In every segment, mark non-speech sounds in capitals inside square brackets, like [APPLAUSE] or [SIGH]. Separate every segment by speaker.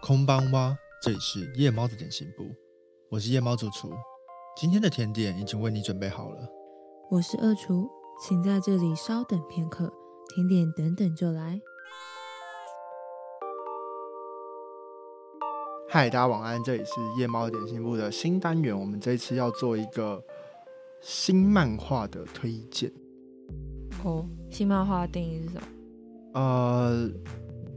Speaker 1: 空邦蛙，这里是夜猫子点心部，我是夜猫主厨。今天的甜点已经为你准备好了。
Speaker 2: 我是二厨，请在这里稍等片刻，甜点等等就来。
Speaker 1: 嗨，大家晚安，这里是夜猫子点心部的新单元，我们这一次要做一个新漫画的推荐。
Speaker 3: 哦，新漫画的定义是什么？
Speaker 1: 呃，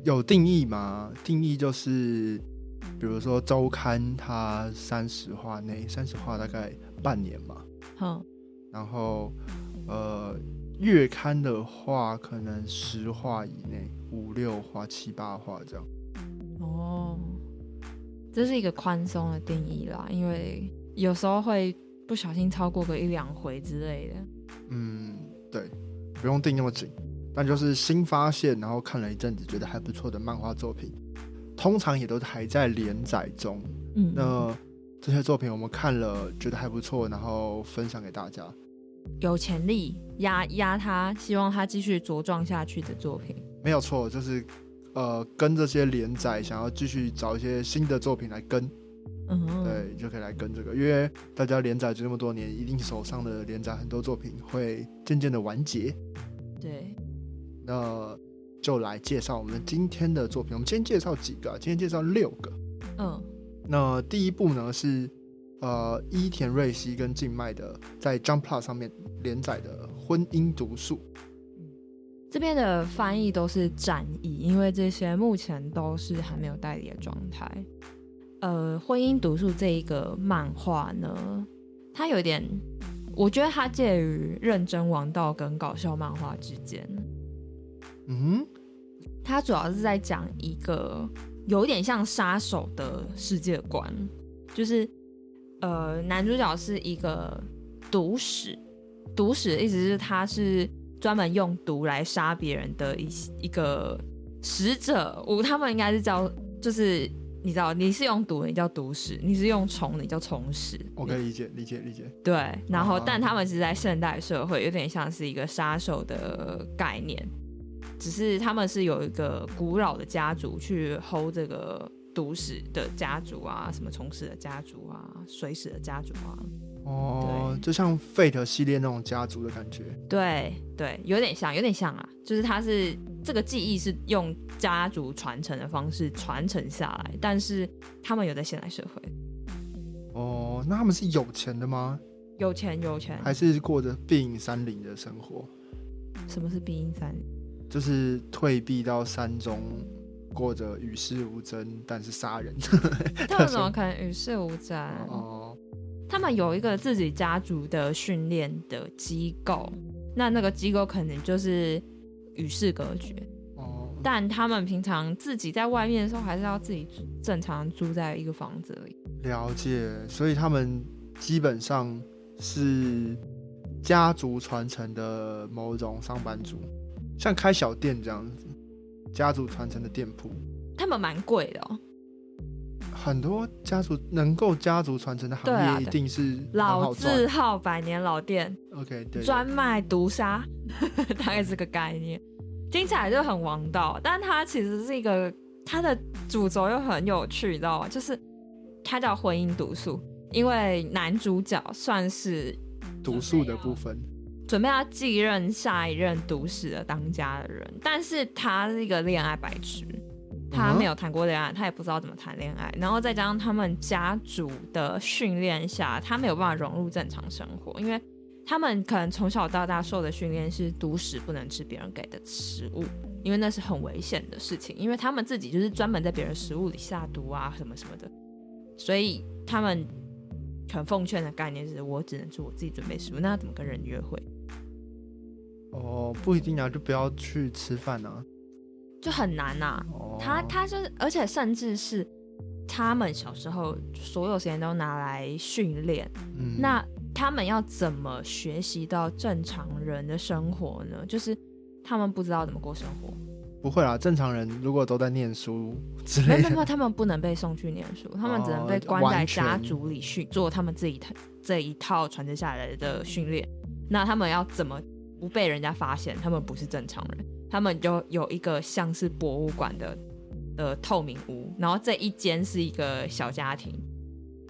Speaker 1: 有定义吗？定义就是，比如说周刊它三十话内，三十话大概半年嘛，
Speaker 3: 哼，
Speaker 1: 然后呃月刊的话，可能十话以内，五六话、七八话这样。
Speaker 3: 哦，这是一个宽松的定义啦，因为有时候会不小心超过个一两回之类的。
Speaker 1: 嗯，对，不用定那么紧，但就是新发现，然后看了一阵子觉得还不错的漫画作品，通常也都还在连载中。
Speaker 3: 嗯
Speaker 1: 那这些作品我们看了觉得还不错，然后分享给大家。
Speaker 3: 有潜力压压他，希望他继续茁壮下去的作品。
Speaker 1: 没有错，就是呃跟这些连载，想要继续找一些新的作品来跟。
Speaker 3: 嗯哼，
Speaker 1: 对，就可以来跟这个，因为大家连载这么多年，一定手上的连载很多作品会渐渐的完结。
Speaker 3: 对，
Speaker 1: 那就来介绍我们今天的作品，我们今天介绍几个啊？今天介绍六个。
Speaker 3: 嗯
Speaker 1: 那第一部呢是呃伊田瑞希跟静脉的在 Jump Plus 上面连载的《婚姻毒术》。
Speaker 3: 这边的翻译都是战役，因为这些目前都是还没有代理的状态。呃，婚姻读书这一个漫画呢，它有点，我觉得它介于认真王道跟搞笑漫画之间。
Speaker 1: 嗯
Speaker 3: 它主要是在讲一个有点像杀手的世界观，就是呃，男主角是一个毒使，毒使的意思是他是专门用毒来杀别人的一一个使者，我他们应该是叫就是。你知道，你是用毒，你叫毒使；你是用虫，你叫虫使。
Speaker 1: 哼，我可以理解，理解，理解。
Speaker 3: 对，然后
Speaker 1: 啊
Speaker 3: 但他们是在现代社会，有点像是一个杀手的概念，只是他们是有一个古老的家族去 hold 这个毒死的家族啊，什么虫死的家族啊，水死的家族啊，
Speaker 1: 哦
Speaker 3: 对，
Speaker 1: 就像 Fate 系列那种家族的感觉。
Speaker 3: 对对，有点像，有点像啊，就是他是这个技艺是用家族传承的方式传承下来，但是他们有在现代社会，
Speaker 1: 哦，那他们是有钱的吗？
Speaker 3: 有钱有钱，
Speaker 1: 还是过着避隐山林的生活，
Speaker 3: 什么是冰
Speaker 1: [LAUGHS]
Speaker 3: 阴三
Speaker 1: 就是退避到山中，过着与世无争，但是杀人。
Speaker 3: 他们怎么可能与世无争？
Speaker 1: [LAUGHS] 哦，
Speaker 3: 他们有一个自己家族的训练的机构，那那个机构可能就是与世隔绝，
Speaker 1: 哦，
Speaker 3: 但他们平常自己在外面的时候，还是要自己正常住在一个房子里。
Speaker 1: 了解。所以他们基本上是家族传承的某种上班族，像开小店这样子，家族传承的店铺，
Speaker 3: 他们蛮贵的哦，
Speaker 1: 很多家族能够家族传承的
Speaker 3: 对啊
Speaker 1: 行业，一
Speaker 3: 对
Speaker 1: 定是很
Speaker 3: 老
Speaker 1: 好赚
Speaker 3: 字号百年老店，
Speaker 1: OK，对，
Speaker 3: 专卖毒杀， [LAUGHS] 大概是个概念，听起来就很王道，但它其实是一个它的主轴又很有趣，你知道吗？就是它叫婚姻毒素，因为男主角算是
Speaker 1: 毒素的部分。
Speaker 3: 准备要继任下一任毒死的当家的人，但是他是一个恋爱白痴，他
Speaker 1: 嗯
Speaker 3: 没有谈过恋爱，他也不知道怎么谈恋爱，然后再加上他们家族的训练下，他没有办法融入正常生活，因为他们可能从小到大受的训练是毒死不能吃别人给的食物，因为那是很危险的事情，因为他们自己就是专门在别人食物里下毒啊什么什么的，所以他们。很奉劝的概念是我只能做我自己准备食物，那要怎么跟人约会？
Speaker 1: 哦，不一定啊，就不要去吃饭啊。
Speaker 3: 就很难呐、
Speaker 1: 哦，
Speaker 3: 他他就是，而且甚至是他们小时候所有时间都拿来训练，
Speaker 1: 嗯
Speaker 3: 那他们要怎么学习到正常人的生活呢？就是他们不知道怎么过生活，
Speaker 1: 不会啦，正常人如果都在念书之
Speaker 3: 没有
Speaker 1: 类
Speaker 3: 没有没有，
Speaker 1: 的，
Speaker 3: 他们不能被送去念书，他们只能被
Speaker 1: 哦
Speaker 3: 关在
Speaker 1: 完全
Speaker 3: 家族里去做他们自己这一套传承下来的训练。那他们要怎么不被人家发现他们不是正常人？他们就有一个像是博物馆的的透明屋，然后这一间是一个小家庭，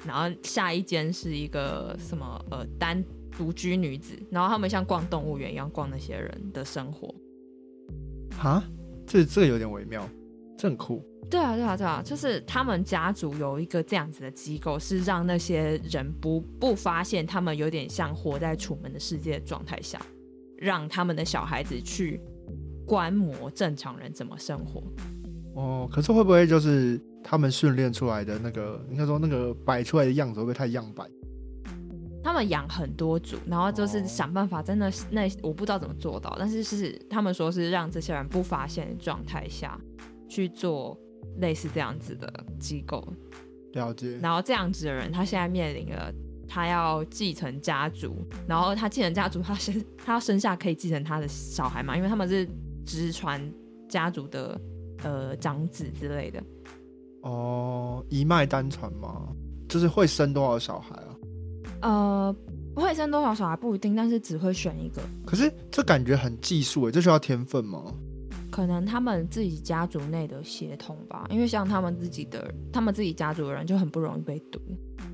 Speaker 3: 然后下一间是一个什么呃单独居女子，然后他们像逛动物园一样逛那些人的生活。
Speaker 1: [LAUGHS] 哈，啊这这个有点微妙，这很酷。
Speaker 3: 对啊，对啊，对啊，就是他们家族有一个这样子的机构，是让那些人不不发现他们有点像活在楚门的世界的状态下，让他们的小孩子去观摩正常人怎么生活。
Speaker 1: 哦，可是会不会就是他们训练出来的那个，应该说那个摆出来的样子会不会太样板？
Speaker 3: 他们养很多组，然后就是
Speaker 1: 哦
Speaker 3: 想办法，真的是那我不知道怎么做到，但是是他们说是让这些人不发现的状态下去做类似这样子的机构，
Speaker 1: 了解。
Speaker 3: 然后这样子的人，他现在面临了他要继承家族，然后他继承家族，他生他生下可以继承他的小孩嘛，因为他们是直传家族的呃长子之类的，
Speaker 1: 哦，一脉单传吗？就是会生多少小孩啊？
Speaker 3: 呃，会生多少小孩不一定，但是只会选一个。
Speaker 1: 可是这感觉很技术诶，欸这需要天分吗？
Speaker 3: 可能他们自己家族内的协同吧，因为像他们自己的，他们自己家族的人就很不容易被毒。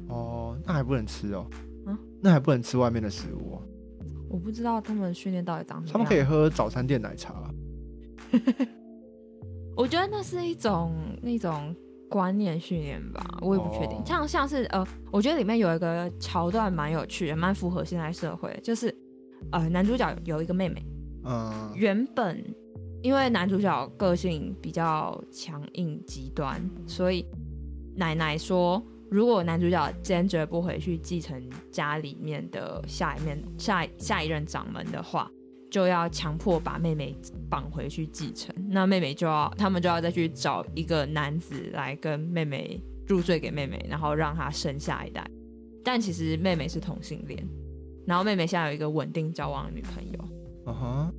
Speaker 1: 哦，那还不能吃哦。
Speaker 3: 嗯
Speaker 1: 那还不能吃外面的食物、哦，
Speaker 3: 我不知道他们训练到底长什
Speaker 1: 他
Speaker 3: 么
Speaker 1: 们可
Speaker 3: 样。
Speaker 1: 以喝早餐店奶茶。
Speaker 3: [LAUGHS] 我觉得那是一种那种观念训练吧，我也不确定。
Speaker 1: 哦
Speaker 3: 像像是呃，我觉得里面有一个桥段蛮有趣的，蛮符合现在社会的，就是呃，男主角有一个妹妹，
Speaker 1: 嗯，
Speaker 3: 原本因为男主角个性比较强硬极端，所以奶奶说，如果男主角坚决不回去继承家里面的下一面下下一任掌门的话，就要强迫把妹妹绑回去继承。那妹妹就要他们就要再去找一个男子来跟妹妹入赘给妹妹，然后让她生下一代。但其实妹妹是同性恋，然后妹妹现在有一个稳定交往的女朋友。
Speaker 1: 嗯哼，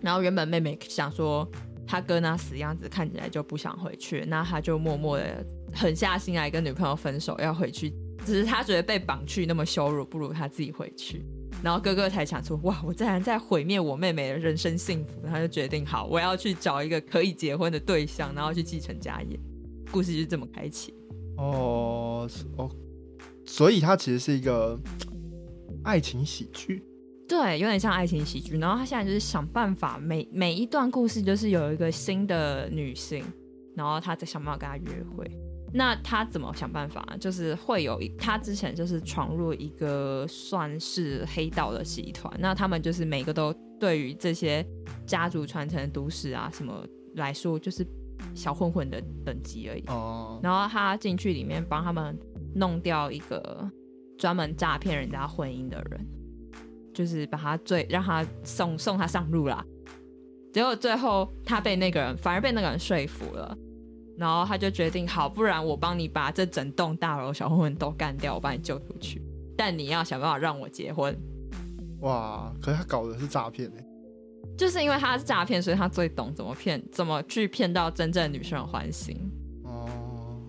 Speaker 3: 然后原本妹妹想说，她哥那死样子看起来就不想回去，那她就默默的狠下心来跟女朋友分手，要回去。只是她觉得被绑去那么羞辱，不如她自己回去。然后哥哥才想出，哇，我竟然在毁灭我妹妹的人生幸福。他就决定，好，我要去找一个可以结婚的对象，然后去继承家业。故事就这么开启。
Speaker 1: 哦是哦，所以它其实是一个爱情喜剧。
Speaker 3: 对，有点像爱情喜剧。然后他现在就是想办法，每每一段故事就是有一个新的女性，然后他在想办法跟她约会。那他怎么想办法？就是会有一他之前就是闯入一个算是黑道的集团，那他们就是每个都对于这些家族传承的毒史啊什么来说，就是小混混的等级而已。
Speaker 1: 哦、
Speaker 3: 然后他进去里面帮他们弄掉一个专门诈骗人家婚姻的人，就是把他最让他送送他上路啦。结果最后他被那个人反而被那个人说服了，然后他就决定好，不然我帮你把这整栋大楼小混混都干掉，我把你救出去，但你要想办法让我结婚。
Speaker 1: 哇，可是他搞的是诈骗欸诶。
Speaker 3: 就是因为他是诈骗，所以他最懂怎么骗，怎么去骗到真正女生的欢心。
Speaker 1: 哦，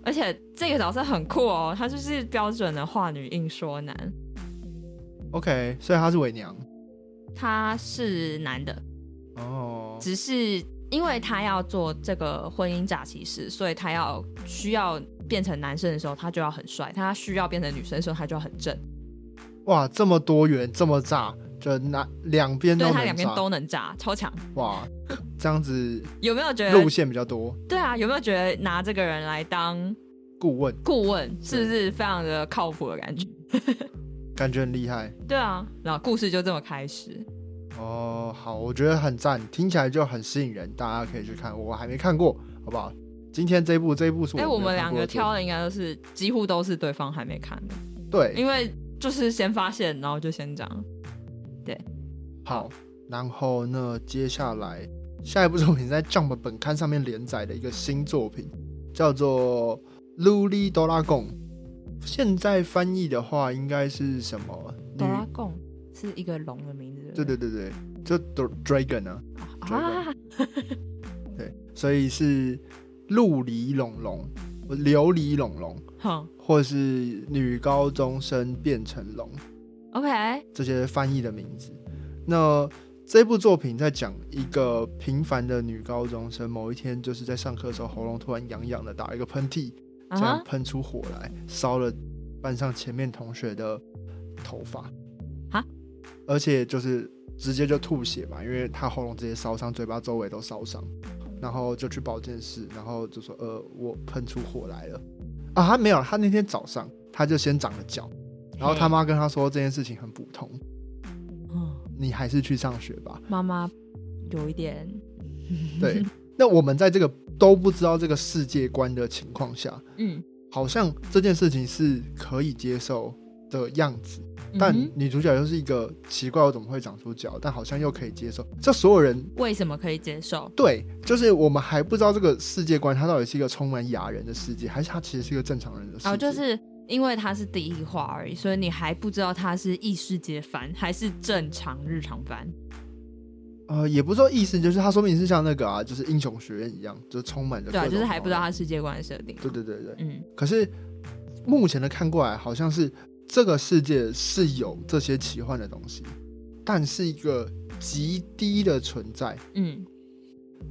Speaker 3: 而且这个角色很酷哦，他就是标准的话女硬说男，
Speaker 1: OK，所以他是伪娘。
Speaker 3: 他是男的，
Speaker 1: 哦，
Speaker 3: 只是因为他要做这个婚姻假期师，所以他要需要变成男生的时候，他就要很帅；他需要变成女生的时候，他就要很正。
Speaker 1: 哇，这么多元，这么炸，就那两边都
Speaker 3: 对
Speaker 1: 能
Speaker 3: 他
Speaker 1: 炸。
Speaker 3: 两边都能炸，超强。
Speaker 1: 哇，这样子
Speaker 3: 有没有觉得
Speaker 1: 路？线比较多，
Speaker 3: 对啊，有没有觉得拿这个人来当
Speaker 1: 顾问
Speaker 3: 顾问，是不是非常的靠谱的感觉？
Speaker 1: 感觉很厉害。
Speaker 3: 对啊，然后故事就这么开始。
Speaker 1: 哦，好，我觉得很赞，听起来就很吸引人，大家可以去看，我还没看过，好不好？今天这部这一部是
Speaker 3: 哎、
Speaker 1: 我
Speaker 3: 我
Speaker 1: 没有看
Speaker 3: 们两
Speaker 1: 过的
Speaker 3: 个
Speaker 1: 作
Speaker 3: 挑的应该都是几乎都是对方还没看的。
Speaker 1: 品对，
Speaker 3: 因为就是先发现，然后就先讲。
Speaker 1: 好，然后呢，接下来下一部作品在 Jump 本刊上面连载的一个新作品，叫做《Luli d o l a g o n 现在翻译的话应该是什么？女
Speaker 3: 哆啦贡是一个龙的名字，
Speaker 1: 对
Speaker 3: 不
Speaker 1: 嗯对对对，就 Dra- Dragon 啊，
Speaker 3: 对啊，
Speaker 1: 对，所以是陆离龙龙、琉璃龙龙，
Speaker 3: 哼
Speaker 1: 或是女高中生变成龙
Speaker 3: ，OK，
Speaker 1: 这些翻译的名字。那这部作品在讲一个平凡的女高中生，某一天就是在上课的时候喉咙突然痒痒的，打了一个喷嚏，
Speaker 3: 啊
Speaker 1: 这样
Speaker 3: 哈，
Speaker 1: 喷出火来，烧了班上前面同学的头发。
Speaker 3: 哈，
Speaker 1: 而且就是直接就吐血嘛，因为他喉咙直接烧伤，嘴巴周围都烧伤，然后就去保健室，然后就说呃，我喷出火来了啊，他没有，他那天早上他就先长了脚，然后他妈跟他说这件事情很普通，
Speaker 3: 嗯
Speaker 1: 你还是去上学吧。
Speaker 3: 妈妈有一点，嗯
Speaker 1: 对，那我们在这个都不知道这个世界观的情况下，
Speaker 3: 嗯，
Speaker 1: 好像这件事情是可以接受的样子，
Speaker 3: 嗯
Speaker 1: 但
Speaker 3: 哼
Speaker 1: 女主角又是一个奇怪，我怎么会长出脚，但好像又可以接受。这所有人
Speaker 3: 为什么可以接受？
Speaker 1: 对，就是我们还不知道这个世界观，它到底是一个充满哑人的世界，还是它其实是一个正常人的世界？
Speaker 3: 然后啊哦就是因为它是第一话而已，所以你还不知道它是异世界番还是正常日常番。
Speaker 1: 呃，也不是说意思，就是它说明是像那个啊，就是英雄学院一样，就是充满着
Speaker 3: 对啊，
Speaker 1: 各
Speaker 3: 就是
Speaker 1: 种
Speaker 3: 还不知道
Speaker 1: 矛
Speaker 3: 它世界观的设定。
Speaker 1: 盾。对对对对，
Speaker 3: 嗯，
Speaker 1: 可是目前的看过来，好像是这个世界是有这些奇幻的东西，但是一个极低的存在，
Speaker 3: 嗯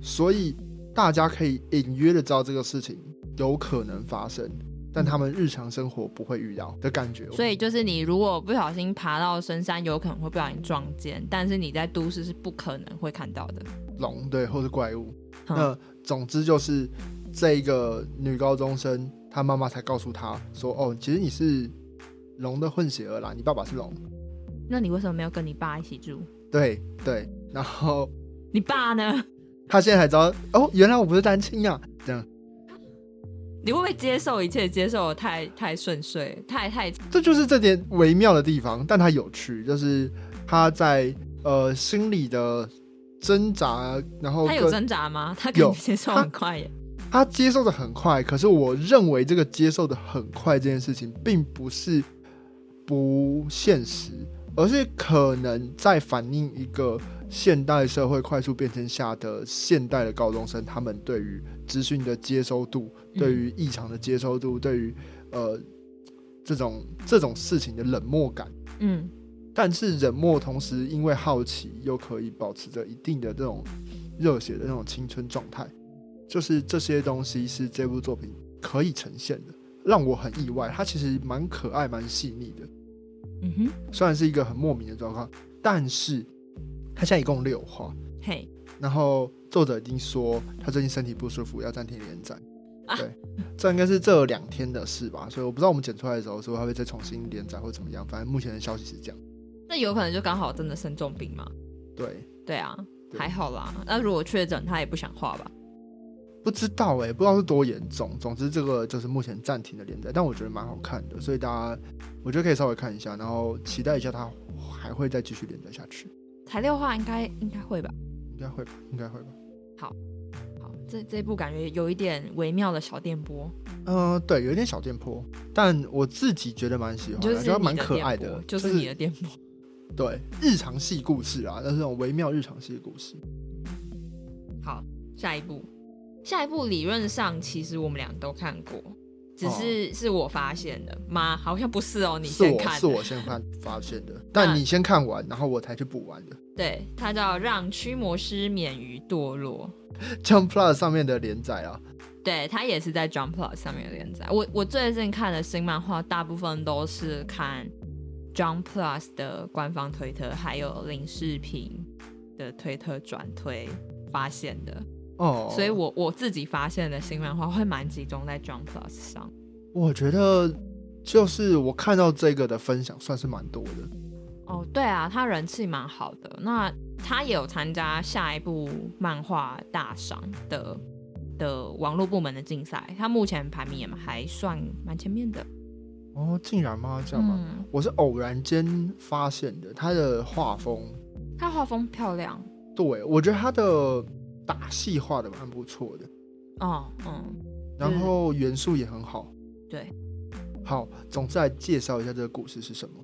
Speaker 1: 所以大家可以隐约的知道这个事情有可能发生，但他们日常生活不会遇到的感觉。
Speaker 3: 所以就是你如果不小心爬到深山，有可能会不小心撞见，但是你在都市是不可能会看到的。
Speaker 1: 龙对，或是怪物。
Speaker 3: 嗯
Speaker 1: 那总之就是这一个女高中生，她妈妈才告诉她说：“哦，其实你是龙的混血儿啦，你爸爸是龙。
Speaker 3: 那你为什么没有跟你爸一起住？”
Speaker 1: 对对，然后
Speaker 3: 你爸呢？ [LAUGHS]
Speaker 1: 他现在才知道哦，原来我不是单亲啊，这样
Speaker 3: 你会不会接受一切？接受得太太顺遂，太太
Speaker 1: 这就是这点微妙的地方，但它有趣，就是他在呃心理的挣扎，然后
Speaker 3: 他有
Speaker 1: 跟
Speaker 3: 挣扎吗？他可以
Speaker 1: 有
Speaker 3: 接受很快耶。
Speaker 1: 他接受的很快，可是我认为这个接受的很快这件事情，并不是不现实，而是可能在反映一个现代社会快速变迁下的现代的高中生，他们对于资讯的接收度、
Speaker 3: 嗯
Speaker 1: [LAUGHS] 对于异常的接收度、对于呃这种这种事情的冷漠感。
Speaker 3: 嗯
Speaker 1: 但是冷漠同时因为好奇，又可以保持着一定的这种热血的那种青春状态，就是这些东西是这部作品可以呈现的，让我很意外。它其实蛮可爱、蛮细腻的，
Speaker 3: 嗯哼，
Speaker 1: 虽然是一个很莫名的状况，但是它现在一共六话，
Speaker 3: 嘿，
Speaker 1: 然后作者已经说他最近身体不舒服，要暂停连载。
Speaker 3: 啊
Speaker 1: 对，这应该是这两天的事吧，所以我不知道我们剪出来的时候说会不会再重新连载或怎么样，反正目前的消息是这样。
Speaker 3: 那有可能就刚好真的生重病嘛？
Speaker 1: 对，
Speaker 3: 对啊，
Speaker 1: 对
Speaker 3: 还好啦。那如果确诊，他也不想画吧？
Speaker 1: 不知道哎、不知道是多严重。总之，这个就是目前暂停的连载，但我觉得蛮好看的，所以大家我觉得可以稍微看一下，然后期待一下它还会再继续连载下去，
Speaker 3: 才六话应该应该会吧？
Speaker 1: 应该会吧，应该会吧。
Speaker 3: 好，这这一部感觉有一点微妙的小电波，
Speaker 1: 嗯、对，有一点小电波，但我自己觉得蛮喜欢的，
Speaker 3: 就是
Speaker 1: 觉得
Speaker 3: 你
Speaker 1: 蛮可爱
Speaker 3: 电波
Speaker 1: 的，
Speaker 3: 就是是你的电波。
Speaker 1: 对日常系故事啊，那是那种微妙日常系故事。
Speaker 3: 好，下一部，下一部理论上其实我们俩都看过，只是是我发现的吗？好像不是哦，你
Speaker 1: 哦是
Speaker 3: 先
Speaker 1: 我
Speaker 3: 看
Speaker 1: 是
Speaker 3: 的。
Speaker 1: 我先看发现的，但你先看完，然后我才去补完的。 [LAUGHS]
Speaker 3: 对，它叫《让驱魔师免于堕落》。
Speaker 1: Jump Plus 上面的连载啊，
Speaker 3: 对，它也是在 Jump Plus 上面连载。我我最近看的新漫画，大部分都是看 Jump Plus 的官方推特，还有林视频的推特转推发现的。
Speaker 1: 哦，
Speaker 3: 所以我我自己发现的新漫画会蛮集中在 Jump Plus 上。
Speaker 1: 我觉得就是我看到这个的分享算是蛮多的。
Speaker 3: 哦，对啊，他人气蛮好的。那他也有参加下一部漫画大赏的的网络部门的竞赛，他目前排名也还算蛮前面的。
Speaker 1: 哦，竟然吗？这样吗？
Speaker 3: 嗯，
Speaker 1: 我是偶然间发现的，他的画风，
Speaker 3: 他画风漂亮。
Speaker 1: 对我觉得他的打戏画的蛮不错的，
Speaker 3: 哦，嗯，
Speaker 1: 然后元素也很好。
Speaker 3: 对，
Speaker 1: 好，总之来介绍一下这个故事是什么。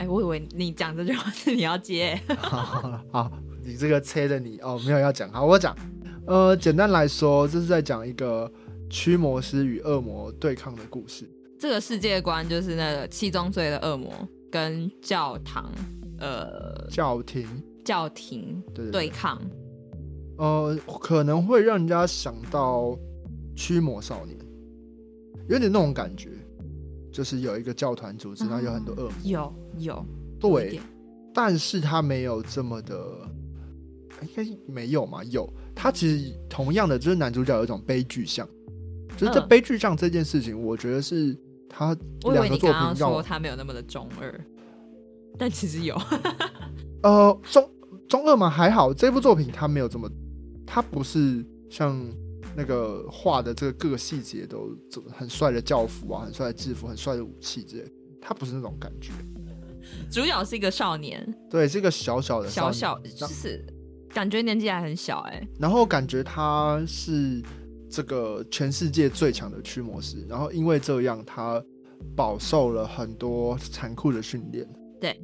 Speaker 3: 哎、我以为你讲这句话是你要接。 [LAUGHS]
Speaker 1: [LAUGHS] 好，好，你这个催着你哦，没有要讲，好，我讲。呃，简单来说，这是在讲一个驱魔师与恶魔对抗的故事。
Speaker 3: 这个世界观就是那个七宗罪的恶魔跟教堂呃
Speaker 1: 教廷，
Speaker 3: 教廷
Speaker 1: 对对
Speaker 3: 对抗。
Speaker 1: 呃，可能会让人家想到驱魔少年，有点那种感觉，就是有一个教团组织，然后有很多恶魔，
Speaker 3: 有有一
Speaker 1: 对
Speaker 3: 点，
Speaker 1: 但是他没有这么的，应该是没有嘛？有，他其实同样的，就是男主角有一种悲剧像，就是这
Speaker 3: 嗯
Speaker 1: 悲剧像这件事情，我觉得是他
Speaker 3: 我以
Speaker 1: 两
Speaker 3: 为
Speaker 1: 个
Speaker 3: 你
Speaker 1: 作
Speaker 3: 刚
Speaker 1: 品
Speaker 3: 刚
Speaker 1: 让我
Speaker 3: 说他没有那么的中二，但其实有。
Speaker 1: 呃，中中二嘛还好，这部作品它没有这么，它不是像那个画的这个各个细节都这么很帅的教服啊，很帅的制服，很帅的武器之类的，它不是那种感觉。
Speaker 3: 主角是一个少年，
Speaker 1: 对，是一个小小的呃少
Speaker 3: 小
Speaker 1: 女
Speaker 3: 小就是感觉年纪还很小哎、
Speaker 1: 然后感觉他是这个全世界最强的驱魔师，然后因为这样，他饱受了很多残酷的训练。
Speaker 3: 对，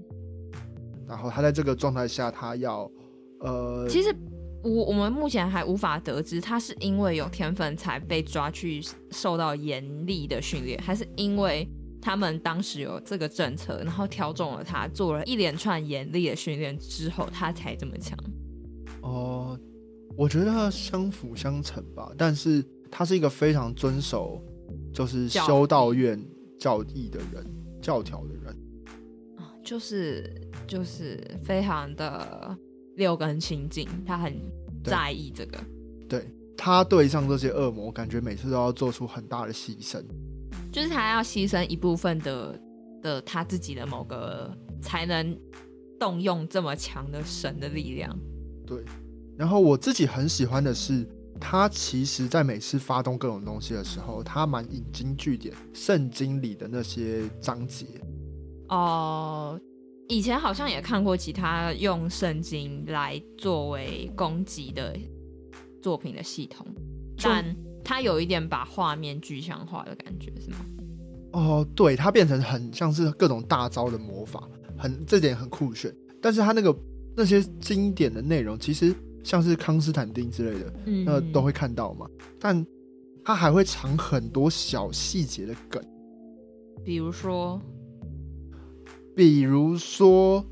Speaker 1: 然后他在这个状态下，他要呃，
Speaker 3: 其实我我们目前还无法得知他是因为有天分才被抓去受到严厉的训练，还是因为他们当时有这个政策，然后挑中了他，做了一连串严厉的训练之后，他才这么强。
Speaker 1: 哦、我觉得相辅相成吧，但是他是一个非常遵守就是
Speaker 3: 教
Speaker 1: 修道
Speaker 3: 义
Speaker 1: 院教义的人，教条的人。
Speaker 3: 啊就是就是非常的六根清净，他很
Speaker 1: 对
Speaker 3: 在意这个。
Speaker 1: 他对上这些恶魔，感觉每次都要做出很大的牺牲。
Speaker 3: 就是他要牺牲一部分的的他自己的某个，才能动用这么强的神的力量。
Speaker 1: 然后我自己很喜欢的是，他其实在每次发动各种东西的时候，他蛮引经据典，圣经里的那些章节。
Speaker 3: 哦、以前好像也看过其他用圣经来作为攻击的作品的系统，
Speaker 1: 就
Speaker 3: 但他有一点把画面具象化的感觉，是吗？
Speaker 1: 哦，对，它变成很像是各种大招的魔法，很这点很酷炫。但是它那个那些经典的内容，其实像是康斯坦丁之类的，
Speaker 3: 嗯
Speaker 1: 那都会看到嘛。但它还会藏很多小细节的梗，
Speaker 3: 比如说，
Speaker 1: 比如说，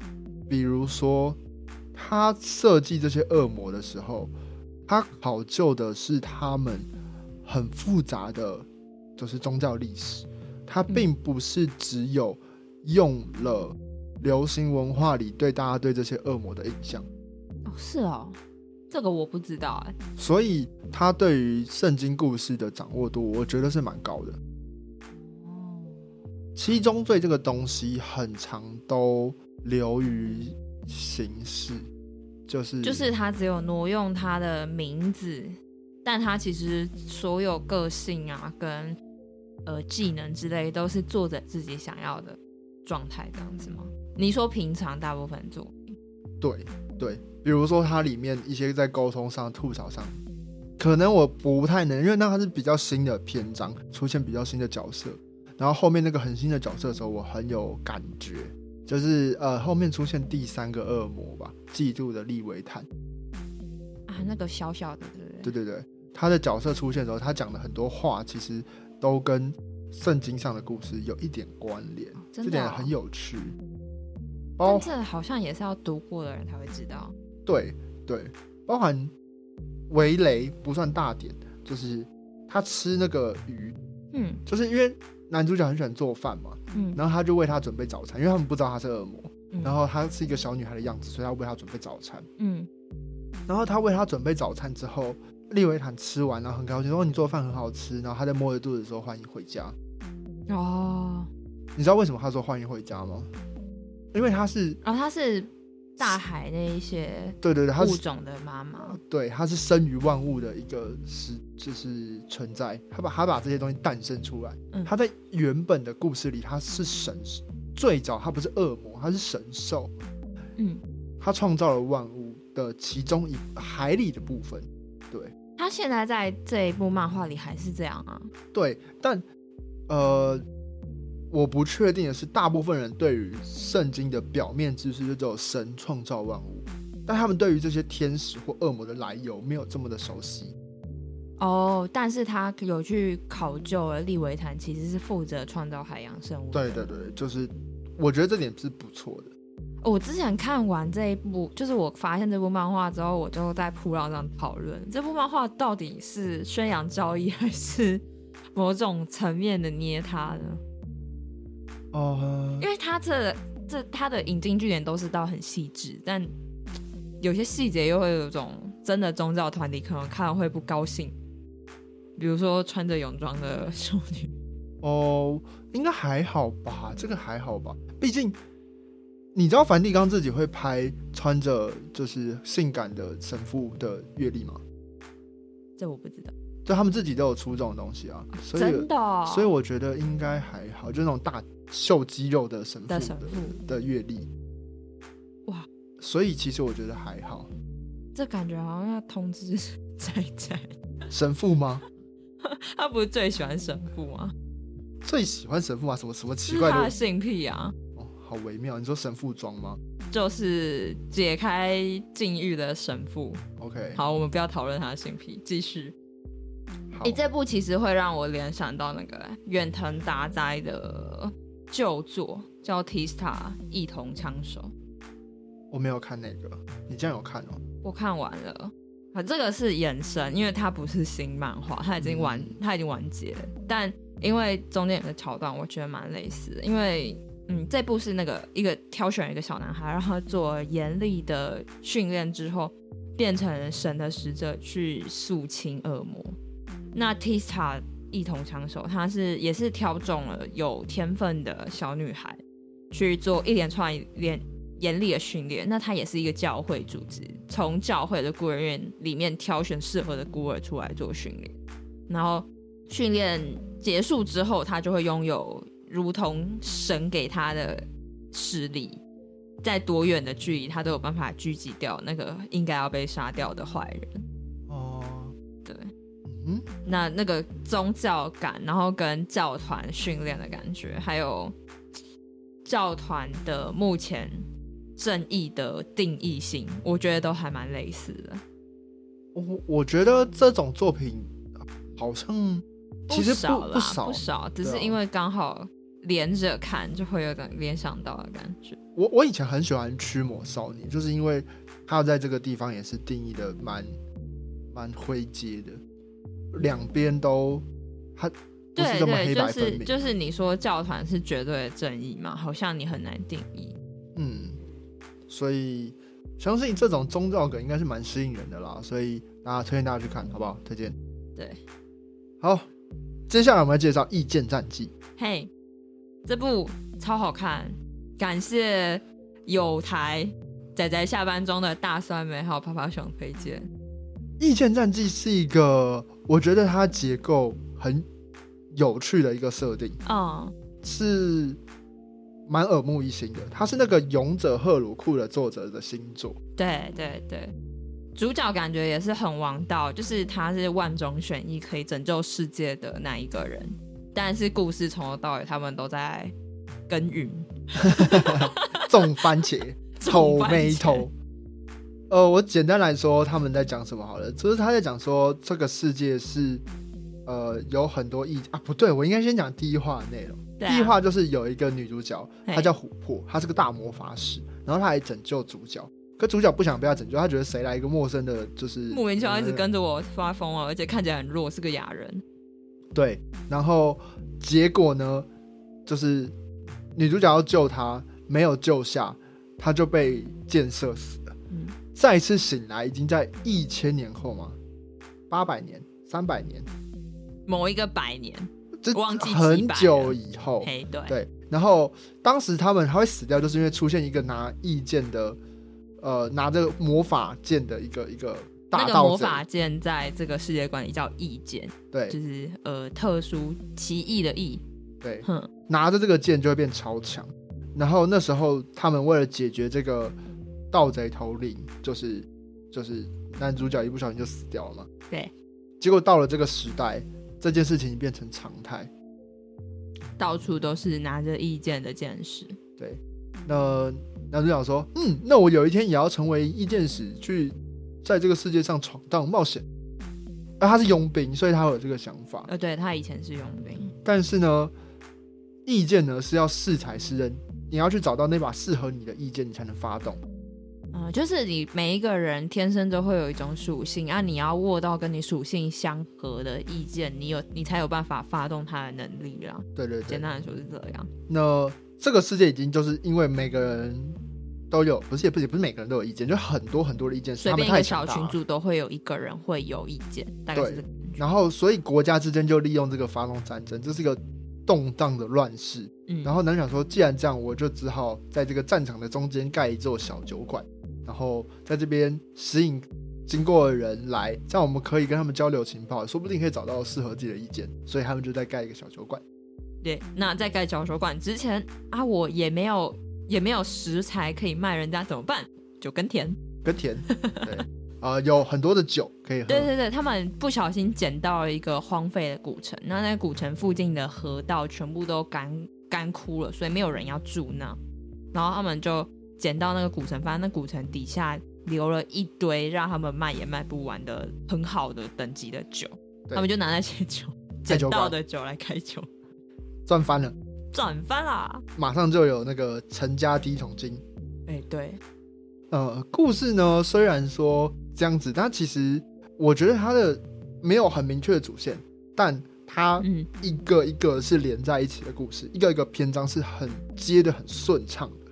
Speaker 1: 比如说，他设计这些恶魔的时候，他考究的是他们很复杂的，就是宗教历史。他并不是只有用了流行文化里对大家对这些恶魔的印象，
Speaker 3: 哦，是哦，这个我不知道哎、
Speaker 1: 所以他对于圣经故事的掌握度，我觉得是蛮高的。
Speaker 3: 哦，
Speaker 1: 七宗罪这个东西，很常都流于形式，就是
Speaker 3: 就是他只有挪用他的名字，但他其实所有个性啊跟呃技能之类都是做着自己想要的状态，这样子吗？你说平常大部分做，
Speaker 1: 对对，比如说它里面一些在沟通上、吐槽上，可能我不太能，因为那它是比较新的篇章，出现比较新的角色，然后后面那个很新的角色的时候，我很有感觉，就是呃后面出现第三个恶魔吧，嫉妒的利维坦，
Speaker 3: 啊，那个小小的，对不
Speaker 1: 对
Speaker 3: 对？
Speaker 1: 对对，他的角色出现的时候，他讲的很多话其实都跟圣经上的故事有一点关联，
Speaker 3: 哦
Speaker 1: 这
Speaker 3: 真的
Speaker 1: 点
Speaker 3: 哦、
Speaker 1: 很有哦趣，包
Speaker 3: 但这好像也是要读过的人才会知道。
Speaker 1: 对对，包含围雷不算大点，就是他吃那个鱼，
Speaker 3: 嗯
Speaker 1: 就是因为男主角很喜欢做饭嘛，
Speaker 3: 嗯，
Speaker 1: 然后他就为他准备早餐，因为他们不知道他是恶魔，
Speaker 3: 嗯
Speaker 1: 然后她是一个小女孩的样子，所以他为她准备早餐。
Speaker 3: 嗯
Speaker 1: 然后他为她准备早餐之后，利维坦吃完，然后很高兴说：“哦，你做饭很好吃。”然后他在摸着肚子说：“欢迎回家。
Speaker 3: 哦，”
Speaker 1: 你知道为什么他说欢迎回家吗？因为他是
Speaker 3: 然后哦他是大海那一些
Speaker 1: 对对对，他
Speaker 3: 物
Speaker 1: 是呃
Speaker 3: 种的妈妈，
Speaker 1: 对，它是生于万物的一个是就是存在，它把它把这些东西诞生出来
Speaker 3: 嗯。
Speaker 1: 它在原本的故事里，它是神，最早它不是恶魔，它是神兽，
Speaker 3: 嗯。
Speaker 1: 它创造了万物的其中一海里的部分。
Speaker 3: 他现在在这一部漫画里还是这样啊？
Speaker 1: 对，但呃，我不确定的是，大部分人对于圣经的表面知识就只有神创造万物，但他们对于这些天使或恶魔的来由没有这么的熟悉。
Speaker 3: 哦，但是他有去考究了，利维坦其实是负责创造海洋生物。
Speaker 1: 对对。对，就是我觉得这点是不错的。
Speaker 3: 哦我之前看完这一部，就是我发现这部漫画之后，我就在铺浪上讨论这部漫画到底是宣扬交易，还是某种层面的捏他呢？
Speaker 1: 哦、
Speaker 3: 因为他这这他的引经据典都是到很细致，但有些细节又会有一种真的宗教团体可能看了会不高兴，比如说穿着泳装的 [LAUGHS] 少女。
Speaker 1: 哦，应该还好吧，这个还好吧，毕竟你知道梵蒂冈自己会拍穿着就是性感的神父的阅历吗？
Speaker 3: 这我不知道，
Speaker 1: 就他们自己都有出这种东西啊，所以
Speaker 3: 真的哦、
Speaker 1: 所以我觉得应该还好，就那种大秀肌肉的神父
Speaker 3: 的神父
Speaker 1: 的阅历，
Speaker 3: 哇，
Speaker 1: 所以其实我觉得还好，
Speaker 3: 这感觉好像要通知 [LAUGHS] 仔仔，
Speaker 1: 神父吗？
Speaker 3: 他不是最喜欢神父吗？
Speaker 1: 最喜欢神父吗？什么什么奇
Speaker 3: 是
Speaker 1: 怪
Speaker 3: 他
Speaker 1: 的
Speaker 3: 的性癖啊，
Speaker 1: 哦，好微妙。你说神父装吗
Speaker 3: 就是解开禁欲的神父。
Speaker 1: ？OK，
Speaker 3: 好，我们不要讨论他的性癖，继续。
Speaker 1: 好
Speaker 3: 你、这部其实会让我联想到那个远藤达哉的旧作，叫《Tista 异瞳枪手》，
Speaker 1: 我没有看那个，你这样有看哦？
Speaker 3: 我看完了。啊，这个是延伸，因为它不是新漫画，它已经完，
Speaker 1: 嗯
Speaker 3: 它已经完结了。但因为中间有个桥段，我觉得蛮类似的，因为嗯，这部是那个一个挑选一个小男孩，让他做严厉的训练之后，变成神的使者去肃清恶魔。那 Tista 一同枪手，他是也是挑中了有天分的小女孩去做一连串连严厉的训练。那他也是一个教会组织，从教会的孤儿院里面挑选适合的孤儿出来做训练，然后训练结束之后，他就会拥有如同神给他的势力。在多远的距离，他都有办法狙击掉那个应该要被杀掉的坏人。
Speaker 1: 哦，
Speaker 3: 对，
Speaker 1: 嗯，
Speaker 3: 那那个宗教感，然后跟教团训练的感觉，还有嘖教团的目前正义的定义性，我觉得都还蛮类似的。
Speaker 1: 我我觉得这种作品好像其实
Speaker 3: 少啦，
Speaker 1: 不
Speaker 3: 不
Speaker 1: 少。
Speaker 3: 只是
Speaker 1: 对啊
Speaker 3: 因为刚好连着看，就会有点联想到的感觉。
Speaker 1: 我我以前很喜欢《驱魔少女》，就是因为它在这个地方也是定义的蛮蛮灰阶的，两边都它不是
Speaker 3: 对
Speaker 1: 这么黑
Speaker 3: 对，就
Speaker 1: 白分
Speaker 3: 是
Speaker 1: 明。啊
Speaker 3: 就是你说教团是绝对的正义嘛，好像你很难定义。
Speaker 1: 嗯，所以相信这种宗教梗应该是蛮吸引人的啦，所以大家推荐大家去看，好不好？推荐。
Speaker 3: 对，
Speaker 1: 好，接下来我们要介绍《意见战记》。
Speaker 3: 嘿，这部超好看，感谢有台仔仔下班中的大酸梅还有泡泡熊推荐。
Speaker 1: 《意见战记》是一个我觉得它结构很有趣的一个设定，
Speaker 3: 嗯，
Speaker 1: 是蛮耳目一新的。它是那个《勇者赫鲁库》的作者的新作，
Speaker 3: 对对对，主角感觉也是很王道，就是他是万中选一可以拯救世界的那一个人，但是故事从头到尾他们都在耕耘，
Speaker 1: 种番茄。
Speaker 3: 种
Speaker 1: 丑
Speaker 3: 番
Speaker 1: 眉
Speaker 3: 茄
Speaker 1: 头。呃，我简单来说，他们在讲什么好了？就是他在讲说这个世界是呃有很多意啊，不对，我应该先讲第一话的内容。
Speaker 3: 对
Speaker 1: 第一
Speaker 3: 啊
Speaker 1: 话就是有一个女主角，
Speaker 3: 嘿
Speaker 1: 她叫琥珀，她是个大魔法师，然后她来拯救主角。可主角不想被她拯救，她觉得谁来一个陌生的，就是
Speaker 3: 莫名其妙一直
Speaker 1: 呃
Speaker 3: 跟着我发疯啊，而且看起来很弱，是个哑人。
Speaker 1: 对，然后结果呢，就是女主角要救他，没有救下，他就被箭射死了。
Speaker 3: 嗯
Speaker 1: 再一次醒来，已经在一千年后嘛，八百年、三百年，
Speaker 3: 某一个百年，
Speaker 1: 这
Speaker 3: 忘记几百
Speaker 1: 很
Speaker 3: 了
Speaker 1: 久以后。
Speaker 3: 嘿，对，
Speaker 1: 对，然后当时他们还会死掉，就是因为出现一个拿意剑的，呃，拿着魔法剑的一个一个大
Speaker 3: 那个
Speaker 1: 盗
Speaker 3: 魔
Speaker 1: 贼，
Speaker 3: 法剑在这个世界观里叫异剑，就
Speaker 1: 对
Speaker 3: 是呃特殊奇异的异。
Speaker 1: 对，
Speaker 3: 哼，
Speaker 1: 拿着这个剑就会变超强。然后那时候他们为了解决这个盗贼头领，就是就是男主角一不小心就死掉了嘛。
Speaker 3: 对。
Speaker 1: 结果到了这个时代，这件事情已经变成常态。
Speaker 3: 到处都是拿着异剑的剑士。
Speaker 1: 那男主角说：“嗯，那我有一天也要成为一剑士，去在这个世界上闯荡冒险。”啊，他是佣兵，所以他有这个想法。
Speaker 3: 嗯呃，对他以前是佣兵，
Speaker 1: 但是呢，意见呢是要适才是人，你要去找到那把适合你的意见，你才能发动。
Speaker 3: 嗯、就是你每一个人天生都会有一种属性，啊，你要握到跟你属性相合的意见，你有你才有办法发动他的能力啦。
Speaker 1: 对对对
Speaker 3: 简。单来说是这样，
Speaker 1: 那这个世界已经就是因为每个人都有，不是也不是也不是每个人都有意见，就很多很多的意见是
Speaker 3: 随
Speaker 1: 他们
Speaker 3: 便一个
Speaker 1: 太强
Speaker 3: 小
Speaker 1: 大
Speaker 3: 群
Speaker 1: 了。
Speaker 3: 组都会有一个人会有意见，大概
Speaker 1: 对
Speaker 3: 是这个感觉。
Speaker 1: 然后，所以国家之间就利用这个发动战争，这是一个动荡的乱世。
Speaker 3: 嗯，
Speaker 1: 然后男主想说，既然这样，我就只好在这个战场的中间盖一座小酒馆，然后在这边吸引经过的人来，这样我们可以跟他们交流情报，说不定可以找到适合自己的意见。所以他们就在盖一个小酒馆。
Speaker 3: 对，
Speaker 1: 嗯
Speaker 3: 那在盖小酒馆之前啊，我也没有也没有食材可以卖人家，怎么办？就耕田。
Speaker 1: 跟田，
Speaker 3: [LAUGHS]
Speaker 1: 对，啊、有很多的酒可以喝。
Speaker 3: 对对对，他们不小心捡到了一个荒废的古城，那那古城附近的河道全部都干干枯了，所以没有人要住那。然后他们就捡到那个古城，发现那古城底下留了一堆让他们卖也卖不完的很好的等级的酒，
Speaker 1: 对
Speaker 3: 他们就拿那些酒
Speaker 1: 开
Speaker 3: 捡
Speaker 1: 酒
Speaker 3: 到
Speaker 1: 馆
Speaker 3: 的酒来开酒，
Speaker 1: 赚翻了，
Speaker 3: 赚翻啦！
Speaker 1: 马上就有那个陈家第一桶金。
Speaker 3: 哎、对，
Speaker 1: 呃，故事呢虽然说这样子，但其实我觉得它的没有很明确的主线，但它
Speaker 3: 嗯，
Speaker 1: 一个一个是连在一起的故事，一个一个篇章是很接的很顺畅的，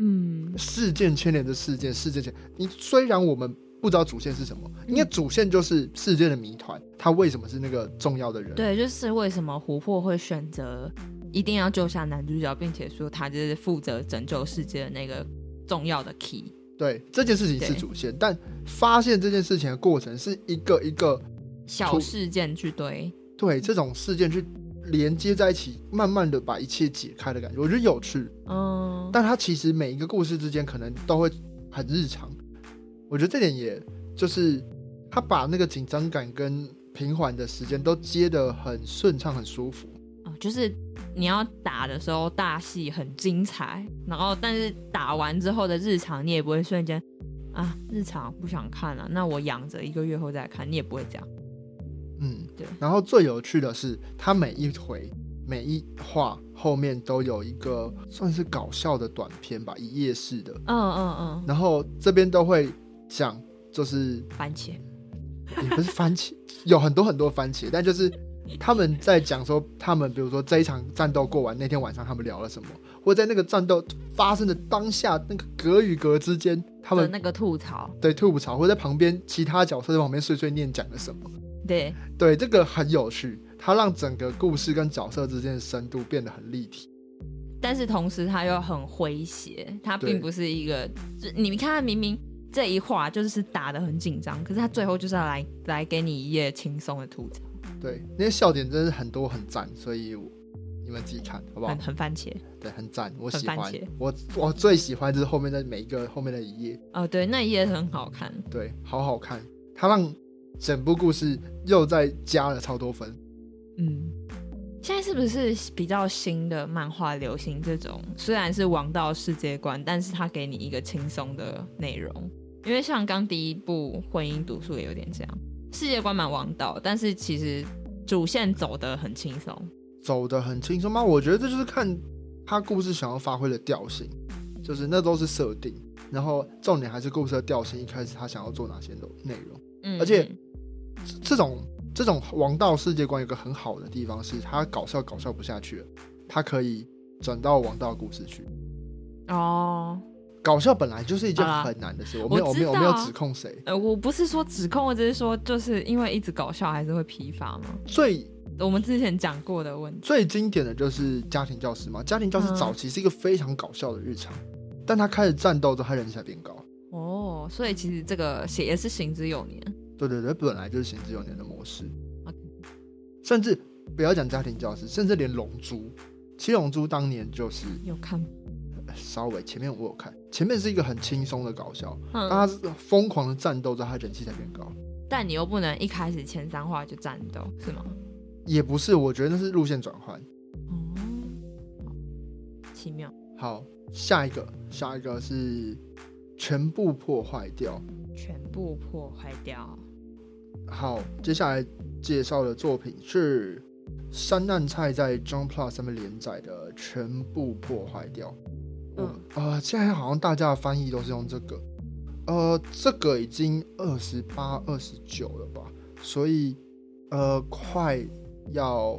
Speaker 3: 嗯，
Speaker 1: 事件牵连着事件，事件牵。你虽然我们不知道主线是什么，应该主线就是事件的谜团，他为什么是那个重要的人？
Speaker 3: 对，就是为什么琥珀会选择一定要救下男主角，并且说他就是负责拯救世界的那个重要的 key。
Speaker 1: 对，这件事情是
Speaker 3: 对
Speaker 1: 主线，但发现这件事情的过程是一个一个
Speaker 3: 小
Speaker 1: 突
Speaker 3: 事件去堆，
Speaker 1: 对这种事件去连接在一起，慢慢的把一切解开的感觉，我觉得有趣。
Speaker 3: 嗯，
Speaker 1: 但它其实每一个故事之间可能都会很日常，我觉得这点也就是他把那个紧张感跟平缓的时间都接得很顺畅、很舒服。嗯
Speaker 3: 哦就是你要打的时候大戏很精彩，然后但是打完之后的日常你也不会瞬间啊，日常不想看了、那我养着一个月后再看，你也不会这样。
Speaker 1: 嗯，
Speaker 3: 对
Speaker 1: 然后最有趣的是，他每一回、每一话后面都有一个算是搞笑的短片吧，一页式的。
Speaker 3: 嗯嗯嗯，
Speaker 1: 然后这边都会讲，就是
Speaker 3: 番茄，
Speaker 1: 也不是番茄，有很多很多番茄，但就是他们在讲说，他们比如说这一场战斗过完那天晚上他们聊了什么，或者在那个战斗发生的当下那个隔与隔之间，他
Speaker 3: 的
Speaker 1: 们
Speaker 3: 那个吐槽，
Speaker 1: 对吐槽，或者在旁边其他角色在旁边碎碎念讲了什么，
Speaker 3: 对，
Speaker 1: 对这个很有趣，它让整个故事跟角色之间的深度变得很立体。
Speaker 3: 但是同时他又很诙谐，他
Speaker 1: 对
Speaker 3: 并不是一个，就你看他明明这一话就是打的很紧张，可是他最后就是要来来给你一页轻松的吐槽，
Speaker 1: 对，那些笑点真是很多很赞，所以我你们自己看好不好
Speaker 3: 很？很番茄。
Speaker 1: 对，很赞，我
Speaker 3: 很
Speaker 1: 喜
Speaker 3: 番
Speaker 1: 欢
Speaker 3: 茄。
Speaker 1: 我我最喜欢就是后面的每一个后面的一页，
Speaker 3: 哦，对，那一页很好看，
Speaker 1: 对，好好看，它让整部故事又再加了超多分。
Speaker 3: 嗯。现在是不是比较新的漫画流行这种？虽然是王道世界观，但是他给你一个轻松的内容。因为像刚第一部《婚姻读书》也有点这样，世界观蛮王道，但是其实主线走得很轻松。
Speaker 1: 走得很轻松吗？我觉得这就是看他故事想要发挥的调性，就是那都是设定，然后重点还是故事的调性，一开始他想要做哪些内容。
Speaker 3: 嗯，
Speaker 1: 而且
Speaker 3: 嗯
Speaker 1: 这这种这种王道世界观有个很好的地方是，它搞笑搞笑不下去了，它可以转到王道故事去。
Speaker 3: 哦，
Speaker 1: 搞笑本来就是一件
Speaker 3: 好啦
Speaker 1: 很难的事，我没有
Speaker 3: 啊我
Speaker 1: 我
Speaker 3: 知
Speaker 1: 没有我没有
Speaker 3: 道啊
Speaker 1: 指控谁，
Speaker 3: 呃，我不是说指控，我只是说，就是因为一直搞笑还是会疲乏嘛。
Speaker 1: 最
Speaker 3: 我们之前讲过的问题，
Speaker 1: 最经典的就是家庭教师嘛，家庭教师
Speaker 3: 嗯
Speaker 1: 早期是一个非常搞笑的日常，但他开始战斗之后，他人气才变高。
Speaker 3: 哦，所以其实这个写也是行之有年。
Speaker 1: 对对对，本来就是行之有年的模式。
Speaker 3: OK
Speaker 1: 甚至不要讲家庭教师，甚至连龙珠，七龙珠当年就是
Speaker 3: 有看吗？
Speaker 1: 呃稍微前面我有看，前面是一个很轻松的搞笑，但
Speaker 3: 嗯，
Speaker 1: 他是疯狂的战斗之后，他人气才变高。
Speaker 3: 但你又不能一开始前三话就战斗，是吗？
Speaker 1: 也不是，我觉得那是路线转换。
Speaker 3: 哦，好奇妙。
Speaker 1: 好，下一个，下一个是全部破坏掉。
Speaker 3: 全部破坏掉。
Speaker 1: 好，接下来介绍的作品是山难菜在 Jump Plus 上面连载的《全部破坏掉》。
Speaker 3: 嗯
Speaker 1: 呃，现在好像大家的翻译都是用这个，呃，这个已经二十八、二十九了吧，所以呃，快要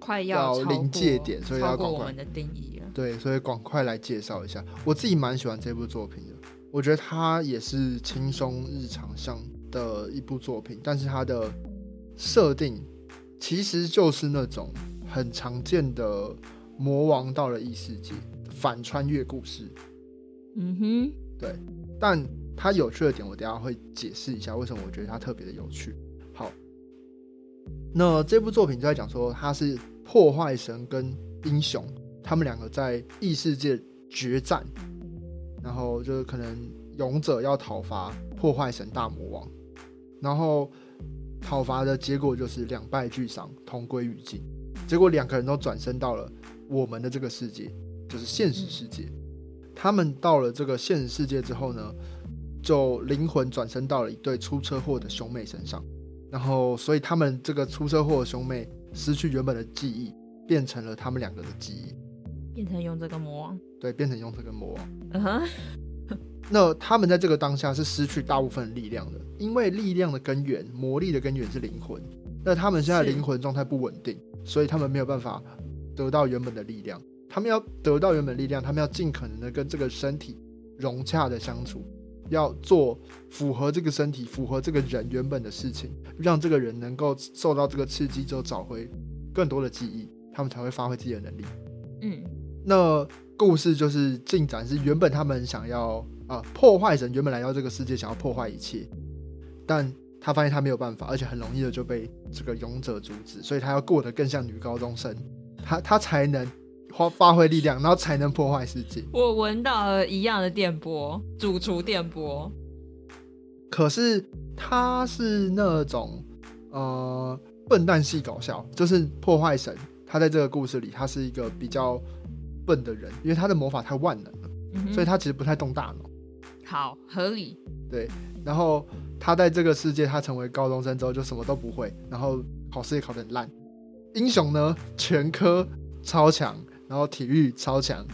Speaker 3: 快
Speaker 1: 到
Speaker 3: 要超
Speaker 1: 临界
Speaker 3: 过
Speaker 1: 点所以
Speaker 3: 超
Speaker 1: 要
Speaker 3: 过
Speaker 1: 赶
Speaker 3: 我
Speaker 1: 快
Speaker 3: 们的定义了。
Speaker 1: 对，所以赶快来介绍一下，我自己蛮喜欢这部作品的，我觉得它也是轻松日常上的一部作品，但是它的设定其实就是那种很常见的魔王到了异世界反穿越故事，
Speaker 3: 嗯哼，
Speaker 1: 但它有趣的点，我等一下会解释一下为什么我觉得它特别的有趣。好，那这部作品就在讲说，它是破坏神跟英雄他们两个在异世界决战，然后就是可能勇者要讨伐破坏神大魔王，然后讨伐的结果就是两败俱伤，同归于尽。结果两个人都转身到了我们的这个世界，就是现实世界。他们到了这个现实世界之后呢，就灵魂转身到了一对出车祸的兄妹身上，然后所以他们这个出车祸的兄妹失去原本的记忆，变成了他们两个的记忆，
Speaker 3: 变成勇者跟魔王。
Speaker 1: 对，变成勇者跟魔王。
Speaker 3: 嗯哼，
Speaker 1: 那他们在这个当下是失去大部分力量的，因为力量的根源、魔力的根源是灵魂。那他们现在
Speaker 3: 是
Speaker 1: 灵魂状态不稳定，所以他们没有办法得到原本的力量。他们要得到原本力量，他们要尽可能的跟这个身体融洽的相处，要做符合这个身体、符合这个人原本的事情，让这个人能够受到这个刺激之后找回更多的记忆，他们才会发挥自己的能力。
Speaker 3: 嗯，
Speaker 1: 那故事就是进展是原本他们想要啊、破坏神原本来到这个世界想要破坏一切，但他发现他没有办法，而且很容易的就被这个勇者阻止，所以他要过得更像女高中生，他 [LAUGHS] 他才能发发挥力量，然后才能破坏世界。
Speaker 3: 我闻到了一样的电波，主厨电波。
Speaker 1: 可是他是那种呃笨蛋系搞笑，就是破坏神，他在这个故事里他是一个比较笨的人，因为他的魔法太万能了，
Speaker 3: 嗯哼，
Speaker 1: 所以他其实不太动大脑。
Speaker 3: 好合理。
Speaker 1: 然后他在这个世界，他成为高中生之后就什么都不会，然后考试也考得很烂。英雄呢，全科超强，然后体育超强，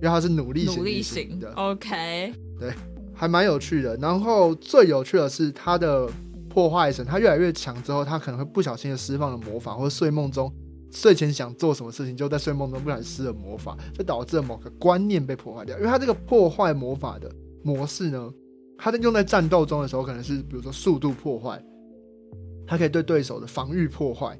Speaker 1: 因为他是努力型
Speaker 3: 努力
Speaker 1: 女型
Speaker 3: 型
Speaker 1: 的，
Speaker 3: ，OK，
Speaker 1: 还蛮有趣的。然后最有趣的是他的破坏神，他越来越强之后，他可能会不小心的释放了魔法，或者睡梦中睡前想做什么事情，就在睡梦中不小心施了魔法，就导致了某个观念被破坏掉。因为他这个破坏魔法的模式呢，他在用在战斗中的时候，可能是比如说速度破坏，它可以对对手的防御破坏、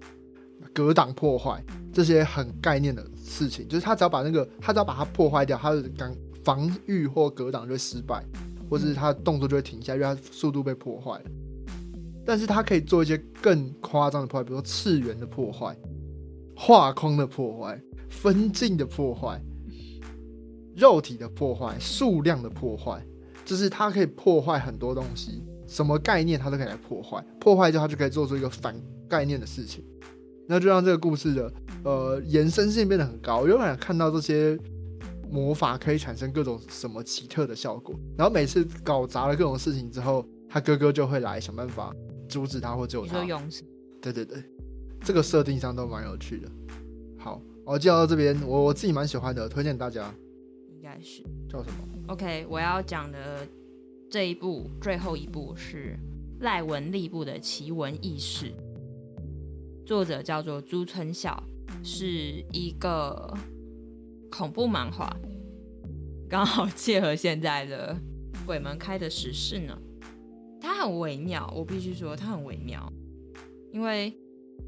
Speaker 1: 格挡破坏这些很概念的事情，就是他只要把那个他只要把它破坏掉，他的刚防御或格挡就会失败，或者是他的动作就会停下，因为他速度被破坏了。但是他可以做一些更夸张的破坏，比如说次元的破坏、画框的破坏、分镜的破坏、肉体的破坏、数量的破坏，就是它可以破坏很多东西，什么概念它都可以来破坏，破坏之后它就可以做出一个反概念的事情，那就让这个故事的呃延伸性变得很高，有想看到这些魔法可以产生各种什么奇特的效果，然后每次搞砸了各种事情之后，他哥哥就会来想办法阻止他或救
Speaker 3: 你
Speaker 1: 他
Speaker 3: 说。勇士，
Speaker 1: 对对对，这个设定上都蛮有趣的。好，我介绍到这边，我我自己蛮喜欢的，推荐大家。
Speaker 3: 应该是
Speaker 1: 叫什么？
Speaker 3: OK。我要讲的这一部最后一部是赖文吏部的奇闻异事，作者叫做朱春晓，是一个恐怖漫画，刚好切合现在的鬼门开的时事呢。它很微妙，我必须说它很微妙，因为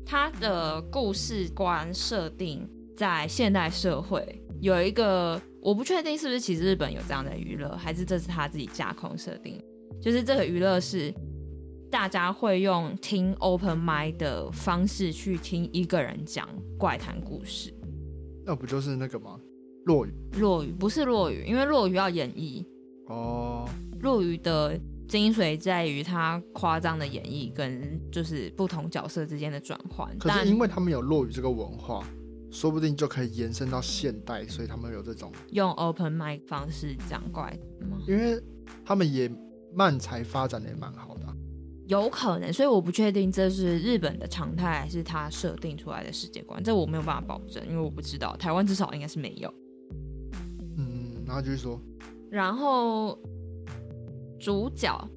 Speaker 3: 它的故事观设定在现代社会有一个，我不确定是不是其实日本有这样的娱乐，还是这是他自己架空设定，就是这个娱乐是。大家会用听 open mic 的方式去听一个人讲怪谈故事，
Speaker 1: 那不就是那个吗？落雨
Speaker 3: 落雨不是落雨，因为落雨要演绎，
Speaker 1: 哦，
Speaker 3: 落雨的精髓在于它夸张的演绎跟就是不同角色之间的转换。
Speaker 1: 可
Speaker 3: 但
Speaker 1: 是因为他们有落雨这个文化，说不定就可以延伸到现代，所以他们有这种，
Speaker 3: 用 open mic 方式讲怪吗？
Speaker 1: 因为他们也漫才发展的也蛮好的啊、
Speaker 3: 有可能，所以我不确定这是日本的常态还是他设定出来的世界观，这我没有办法保证，因为我不知道。台湾至少应该是没有。
Speaker 1: 嗯，然后就是说，
Speaker 3: 然后主角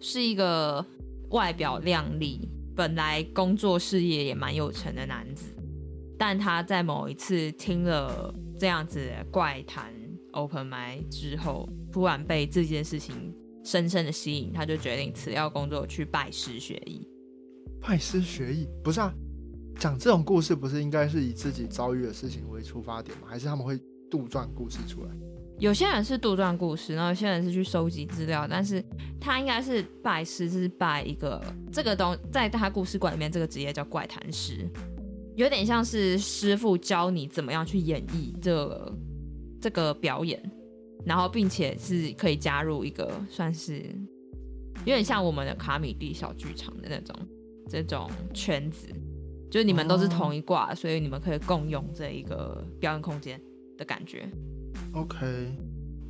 Speaker 3: 是一个外表靓丽，本来工作事业也蛮有成的男子，但他在某一次听了这样子的怪谈 open m i 之后，突然被这件事情深深的吸引，他就决定辞掉工作去拜师学艺。
Speaker 1: 拜师学艺不是啊？讲这种故事不是应该是以自己遭遇的事情为出发点吗？还是他们会杜撰故事出来？
Speaker 3: 有些人是杜撰故事，然后有些人是去收集资料，但是他应该是拜师，是拜一个这个东，在他故事馆里面这个职业叫怪谈师，有点像是师傅教你怎么样去演绎这个这个表演，然后并且是可以加入一个算是有点像我们的卡米蒂小剧场的那种这种圈子，就是你们都是同一挂，所以你们可以共用这一个表演空间的感觉。
Speaker 1: OK，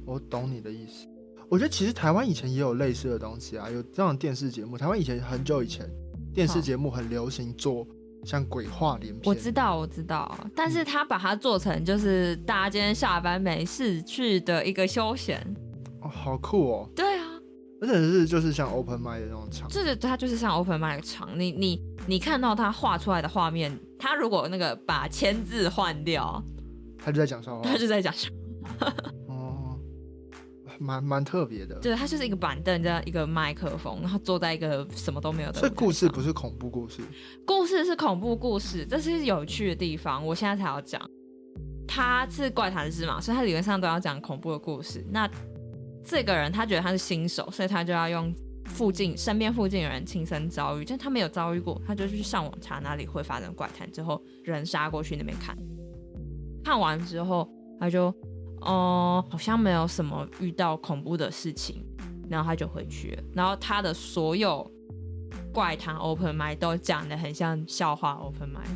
Speaker 1: 我懂你的意思。我觉得其实台湾以前也有类似的东西啊，有这样的电视节目。台湾以前很久以前，电视
Speaker 3: 好
Speaker 1: 节目很流行做像鬼话连篇。
Speaker 3: 我知道，我知道，但
Speaker 1: 嗯
Speaker 3: 是他把它做成就是大家今天下班没事去的一个休闲。
Speaker 1: 哦，好酷哦！
Speaker 3: 对啊，
Speaker 1: 而且是就是像 open mic 的那种场。
Speaker 3: 就是它就是像 open mic 场，你你你看到他画出来的画面，他如果那个把签字换掉，
Speaker 1: 他就在讲笑话
Speaker 3: 他。就在讲什么？
Speaker 1: 哦，蛮蛮特别的。
Speaker 3: 对，他就是一个板凳加一个麦克风，然后坐在一个什么都没有的舞台
Speaker 1: 这
Speaker 3: 上。
Speaker 1: 故事不是恐怖故事，
Speaker 3: 故事是恐怖故事，这是有趣的地方。我现在才要讲，他是怪谈师嘛，所以他理论上都要讲恐怖的故事。那这个人他觉得他是新手，所以他就要用附近身边附近的人亲身遭遇，就是他没有遭遇过，他就去上网查哪里会发生怪谈，之后人杀过去那边看。看完之后，他就哦、好像没有什么遇到恐怖的事情，然后他就回去了。然后他的所有怪谈 open m i 都讲的很像笑话 open m i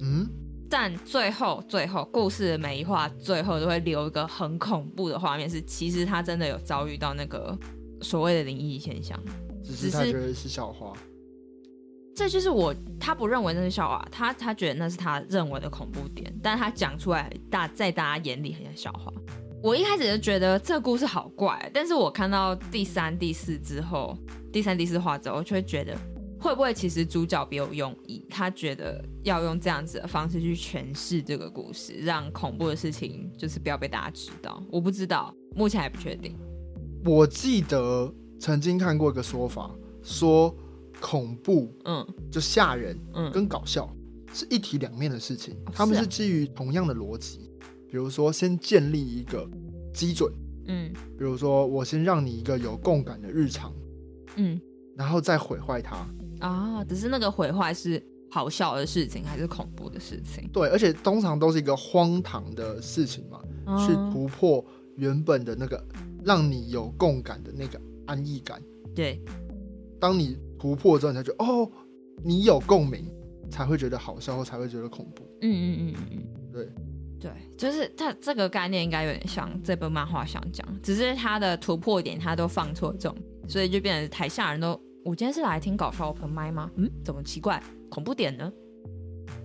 Speaker 1: 嗯，
Speaker 3: 但最后最后故事的每一话最后都会留一个很恐怖的画面，是其实他真的有遭遇到那个所谓的灵异现象。
Speaker 1: 只
Speaker 3: 只
Speaker 1: 是他
Speaker 3: 是
Speaker 1: 觉得是笑话。
Speaker 3: 这就是我，他不认为那是笑话，他他觉得那是他认为的恐怖点，但他讲出来大在大家眼里很像笑话。我一开始就觉得这个故事好怪，但是我看到第三、第四之后，第三、第四话之后，我就会觉得会不会其实主角别有用意，他觉得要用这样子的方式去诠释这个故事，让恐怖的事情就是不要被大家知道。我不知道，目前还不确定。
Speaker 1: 我记得曾经看过一个说法，说恐怖
Speaker 3: 嗯
Speaker 1: 就吓人，
Speaker 3: 嗯，
Speaker 1: 跟搞笑是一体两面的事情
Speaker 3: 哦，
Speaker 1: 他们
Speaker 3: 是啊
Speaker 1: 是基于同样的逻辑，比如说先建立一个基准，
Speaker 3: 嗯
Speaker 1: 比如说我先让你一个有共感的日常，
Speaker 3: 嗯
Speaker 1: 然后再毁坏它。
Speaker 3: 啊，只是那个毁坏是好笑的事情还是恐怖的事情？
Speaker 1: 对，而且通常都是一个荒唐的事情嘛，去
Speaker 3: 哦
Speaker 1: 突破原本的那个让你有共感的那个安逸感。
Speaker 3: 嗯对，
Speaker 1: 当你突破之后，你才觉得哦，你有共鸣，才会觉得好笑，或才会觉得恐怖。
Speaker 3: 嗯嗯嗯嗯嗯，
Speaker 1: 对
Speaker 3: 对，就是它这个概念应该有点像这本漫画想讲，只是它的突破点它都放错重，所以就变成台下人都，我今天是来听搞笑 open m i 吗？嗯，怎么奇怪，恐怖点呢？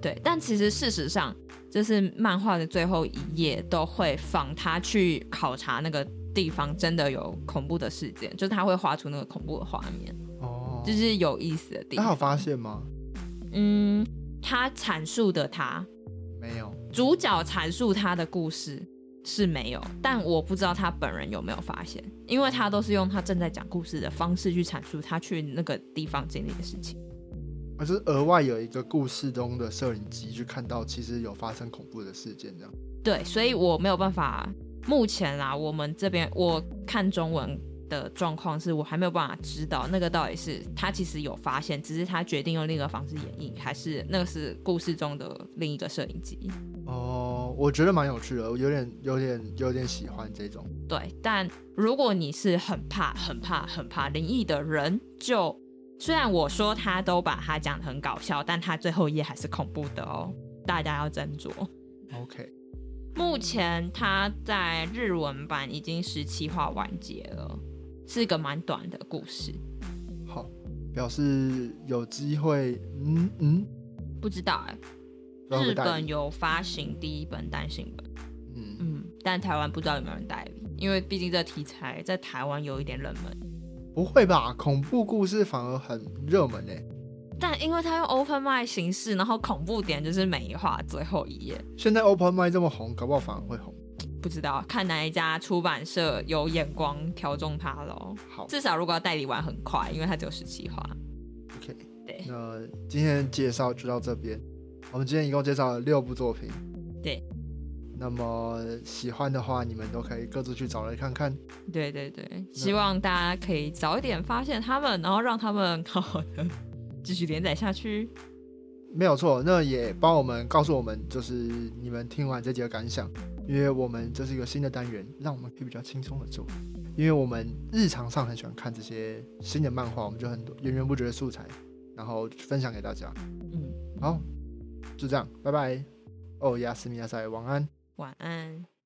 Speaker 3: 对，但其实事实上，就是漫画的最后一页都会放他去考察那个地方，真的有恐怖的事件，就是他会画出那个恐怖的画面，
Speaker 1: 哦
Speaker 3: 就，是有意思的地
Speaker 1: 大家
Speaker 3: 方。
Speaker 1: 有发现吗？
Speaker 3: 嗯，他阐述的他
Speaker 1: 没有。
Speaker 3: 主角阐述他的故事是没有，但我不知道他本人有没有发现，因为他都是用他正在讲故事的方式去阐述他去那个地方经历的事情。
Speaker 1: 而是额外有一个故事中的摄影机去看到，其实有发生恐怖的事件这样。
Speaker 3: 对，所以我没有办法。目前啦，我们这边我看中文的状况是我还没有办法知道那个到底是他其实有发现，只是他决定用另一个方式演绎，还是那个是故事中的另一个摄影机。
Speaker 1: 哦，我觉得蛮有趣的，我有点、有点、有点喜欢这种。
Speaker 3: 对，但如果你是很怕、很怕、很怕灵异的人，就虽然我说他都把他讲的很搞笑，但他最后一页还是恐怖的哦，大家要斟酌。
Speaker 1: OK，
Speaker 3: 目前他在日文版已经十七话完结了，是一个蛮短的故事。
Speaker 1: 好，表示有机会，嗯嗯，
Speaker 3: 不知道哎、
Speaker 1: 不知道会
Speaker 3: 日
Speaker 1: 带
Speaker 3: 本
Speaker 1: 领
Speaker 3: 有发行第一本单行本，
Speaker 1: 嗯，
Speaker 3: 嗯，但台湾不知道有没有人代理。因为毕竟这题材在台湾有一点冷门。
Speaker 1: 不会吧？恐怖故事反而很热门欸诶、
Speaker 3: 但因为它用 open m i 形式，然后恐怖点就是美化最后一页，
Speaker 1: 现在 Open m i 这么红，搞不好反而会红。
Speaker 3: 不知道看哪一家出版社有眼光挑中它喽。
Speaker 1: 好
Speaker 3: 至少如果要代理完很快，因为它只有十七话。
Speaker 1: ，OK，
Speaker 3: 对
Speaker 1: 那今天的介绍就到这边。我们今天一共介绍了六部作品。
Speaker 3: 对。
Speaker 1: 那么喜欢的话，你们都可以各自去找来看看。
Speaker 3: [LAUGHS] 对对对，希望大家可以早一点发现他们，然后让他们好好的继续连载下去。
Speaker 1: 没有错，那也帮我们告诉我们，就是你们听完这集的感想，因为我们这是一个新的单元，让我们可以比较轻松的做，因为我们日常上很喜欢看这些新的漫画，我们就很多源源不绝的素材，然后分享给大家。
Speaker 3: 嗯，
Speaker 1: 好，就这样，拜拜。哦，亚斯米亚塞，晚安。
Speaker 3: 晚安。